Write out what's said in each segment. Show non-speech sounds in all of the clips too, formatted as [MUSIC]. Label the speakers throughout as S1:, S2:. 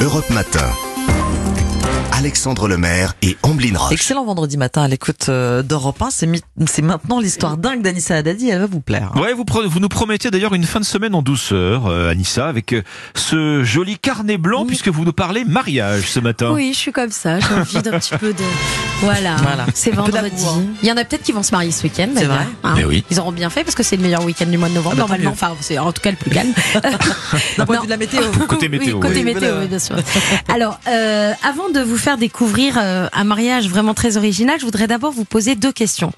S1: Europe Matin. Alexandre Lemaire et Amblin Roche.
S2: Excellent vendredi matin à l'écoute euh, d'Europe 1. C'est mi- c'est maintenant l'histoire dingue d'Anissa Haddadi. Elle va vous plaire. hein.
S3: Ouais, vous, pre- vous nous promettez d'ailleurs une fin de semaine en douceur, euh, Anissa, avec euh, ce joli carnet blanc, puisque vous nous parlez mariage ce matin.
S4: Oui, je suis comme ça. J'ai envie d'un petit peu de. Voilà.
S2: Voilà.
S4: C'est
S2: Un peu
S4: vendredi.
S2: d'amour.
S4: Il y en a peut-être qui vont se marier ce week-end.
S2: C'est
S4: d'ailleurs,
S2: vrai.
S4: hein.
S3: Mais oui.
S4: Ils auront bien fait parce que c'est le meilleur week-end du mois de novembre.
S2: Ah bah, tant
S4: Normalement,
S2: mieux.
S4: enfin, c'est en tout cas le plus calme.
S2: [LAUGHS] D'un point de
S4: non.
S2: vue de la
S4: [LAUGHS]
S2: météo.
S3: Côté météo,
S4: Oui, côté
S2: oui.
S4: météo,
S2: Voilà. [LAUGHS]
S4: oui, bien sûr. Alors, euh, avant de vous faire découvrir euh, un mariage vraiment très original, je voudrais d'abord vous poser deux questions.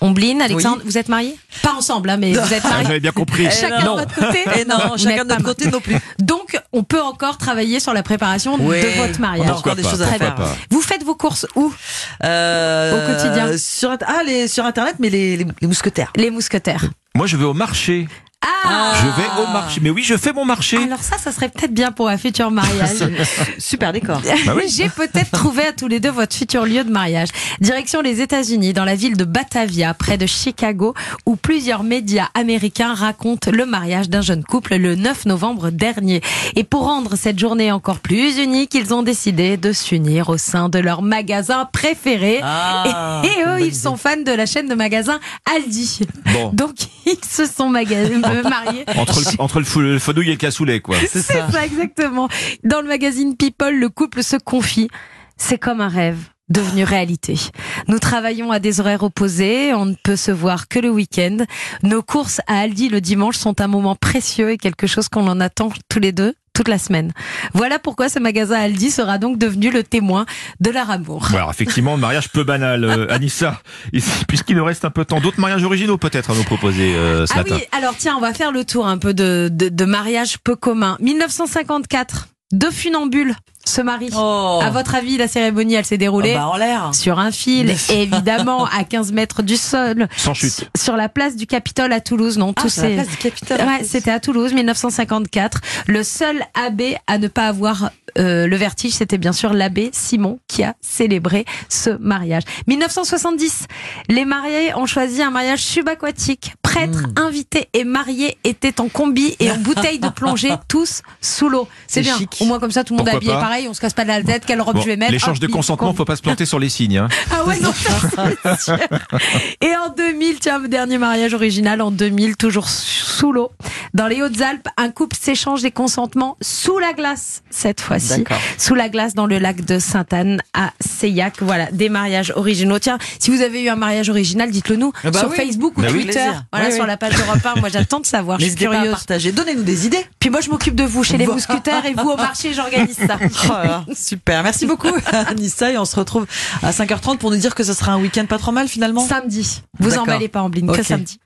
S4: Ombline, Alexandre, vous êtes mariés Pas ensemble, hein, mais vous êtes
S3: Ah,
S4: mariés.
S3: J'avais bien compris.
S4: Euh, Chacun
S3: non.
S4: de votre côté
S2: [LAUGHS] Et Euh, non,
S4: [LAUGHS] vous
S2: chacun
S4: n'êtes
S2: de notre
S4: pas
S2: côté non plus.
S4: Donc, on peut encore travailler sur la préparation de votre mariage.
S2: On a encore des
S3: pas,
S2: choses à
S3: pourquoi
S2: faire.
S3: pas.
S4: Vous faites vos courses où
S2: Euh,
S4: Au quotidien.
S2: Sur, int- ah, les, sur Internet, mais les, les- les mousquetaires.
S4: Les mousquetaires.
S3: Moi, je vais au marché.
S4: Ah,
S3: Je vais au marché. Mais oui, je fais mon marché.
S4: Alors ça, ça serait peut-être bien pour un
S3: [LAUGHS]
S4: futur mariage.
S2: Super décor.
S3: Bah oui.
S4: J'ai peut-être trouvé à tous les deux votre futur lieu de mariage. Direction les États-Unis, dans la ville de Batavia, près de Chicago, où plusieurs médias américains racontent le mariage d'un jeune couple le 9 novembre dernier. Et pour rendre cette journée encore plus unique, ils ont décidé de s'unir au sein de leur magasin préféré.
S2: Ah,
S4: et, et
S2: bonne
S4: eux,
S2: idée.
S4: ils sont fans de la chaîne de magasins Aldi.
S3: Bon.
S4: Donc, [LAUGHS] ils se sont maga-
S2: [LAUGHS]
S4: euh, mariés
S3: Entre le, entre le fou- le fenouil et le cassoulet, quoi.
S2: C'est
S4: c'est
S2: ça.
S4: ça, exactement. Dans le magazine People, le couple se confie. C'est comme un rêve devenu réalité. Nous travaillons à des horaires opposés, on ne peut se voir que le week-end. Nos courses à Aldi le dimanche sont un moment précieux et quelque chose qu'on en attend tous les deux toute la semaine. Voilà pourquoi ce magasin Aldi sera donc devenu le témoin de leur amour.
S3: Bon, alors, effectivement, le mariage peu banal, euh, Anissa. Ici, Puisqu'il nous reste un peu de temps. D'autres mariages originaux, peut-être, à nous proposer euh, ce
S4: Ah
S3: matin.
S4: oui, alors tiens, on va faire le tour un peu de, de, de mariage peu commun. 1954, deux funambules se marient.
S2: Oh.
S4: À votre avis, la cérémonie, elle s'est
S2: Ah
S4: déroulée
S2: bah, en l'air.
S4: sur un fil, évidemment, à 15 mètres du sol,
S3: Sans chute.
S4: sur la place du Capitole à Toulouse. Non, tous
S2: Tout c'est
S4: ces...
S2: Ah, la place du Capitole.
S4: Ouais, c'était à Toulouse, 1954. Le seul abbé à ne pas avoir euh, le vertige, c'était bien sûr l'abbé Simon qui a célébré ce mariage. 1970, les mariés ont choisi un mariage subaquatique. Prêtres,
S3: Hmm.
S4: invités et mariés étaient en combi et en bouteille
S3: [LAUGHS]
S4: de plongée, tous sous l'eau.
S2: C'est
S4: C'est bien.
S2: chic.
S4: Au moins comme ça, tout le monde est
S3: Pourquoi
S4: habillé
S3: pas
S4: pareil. On se casse pas de la tête. Quelle robe
S3: Bon,
S4: je vais mettre
S3: L'échange
S4: Hop,
S3: de
S4: bim,
S3: consentement,
S4: combi.
S3: faut pas se planter sur les signes. Hein.
S4: Ah ouais, non, ça, c'est sûr. Et en 2000, tiens, le dernier mariage original, en 2000, toujours sous l'eau. Dans les Hautes-Alpes, un couple s'échange des consentements sous la glace, cette fois-ci.
S2: D'accord.
S4: Sous la glace dans le lac de Sainte-Anne à Seillac. Voilà, des mariages originaux. Tiens, si vous avez eu un mariage original, dites-le nous
S2: Ah bah
S4: sur
S2: oui.
S4: Facebook ou
S2: Bah oui.
S4: Twitter.
S2: Plaisir.
S4: Voilà,
S2: Oui,
S4: sur
S2: oui.
S4: la page Europe 1. Moi, j'attends de savoir. Je suis
S2: N'hésitez pas à
S4: curieuse.
S2: partager. Donnez-nous des
S4: [LAUGHS]
S2: idées.
S4: Puis moi, je m'occupe de vous chez les mousquetaires et vous au marché, j'organise ça.
S2: Oh là là, super. Merci beaucoup, [LAUGHS] Anissa. Et on se retrouve à 5h30 pour nous dire que ce sera un week-end pas trop mal finalement.
S4: Samedi. Vous
S2: D'accord.
S4: emballez pas en bling,
S2: Ok.
S4: que samedi.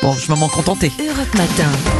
S2: Bon, je m'en contentée.
S5: Europe Matin.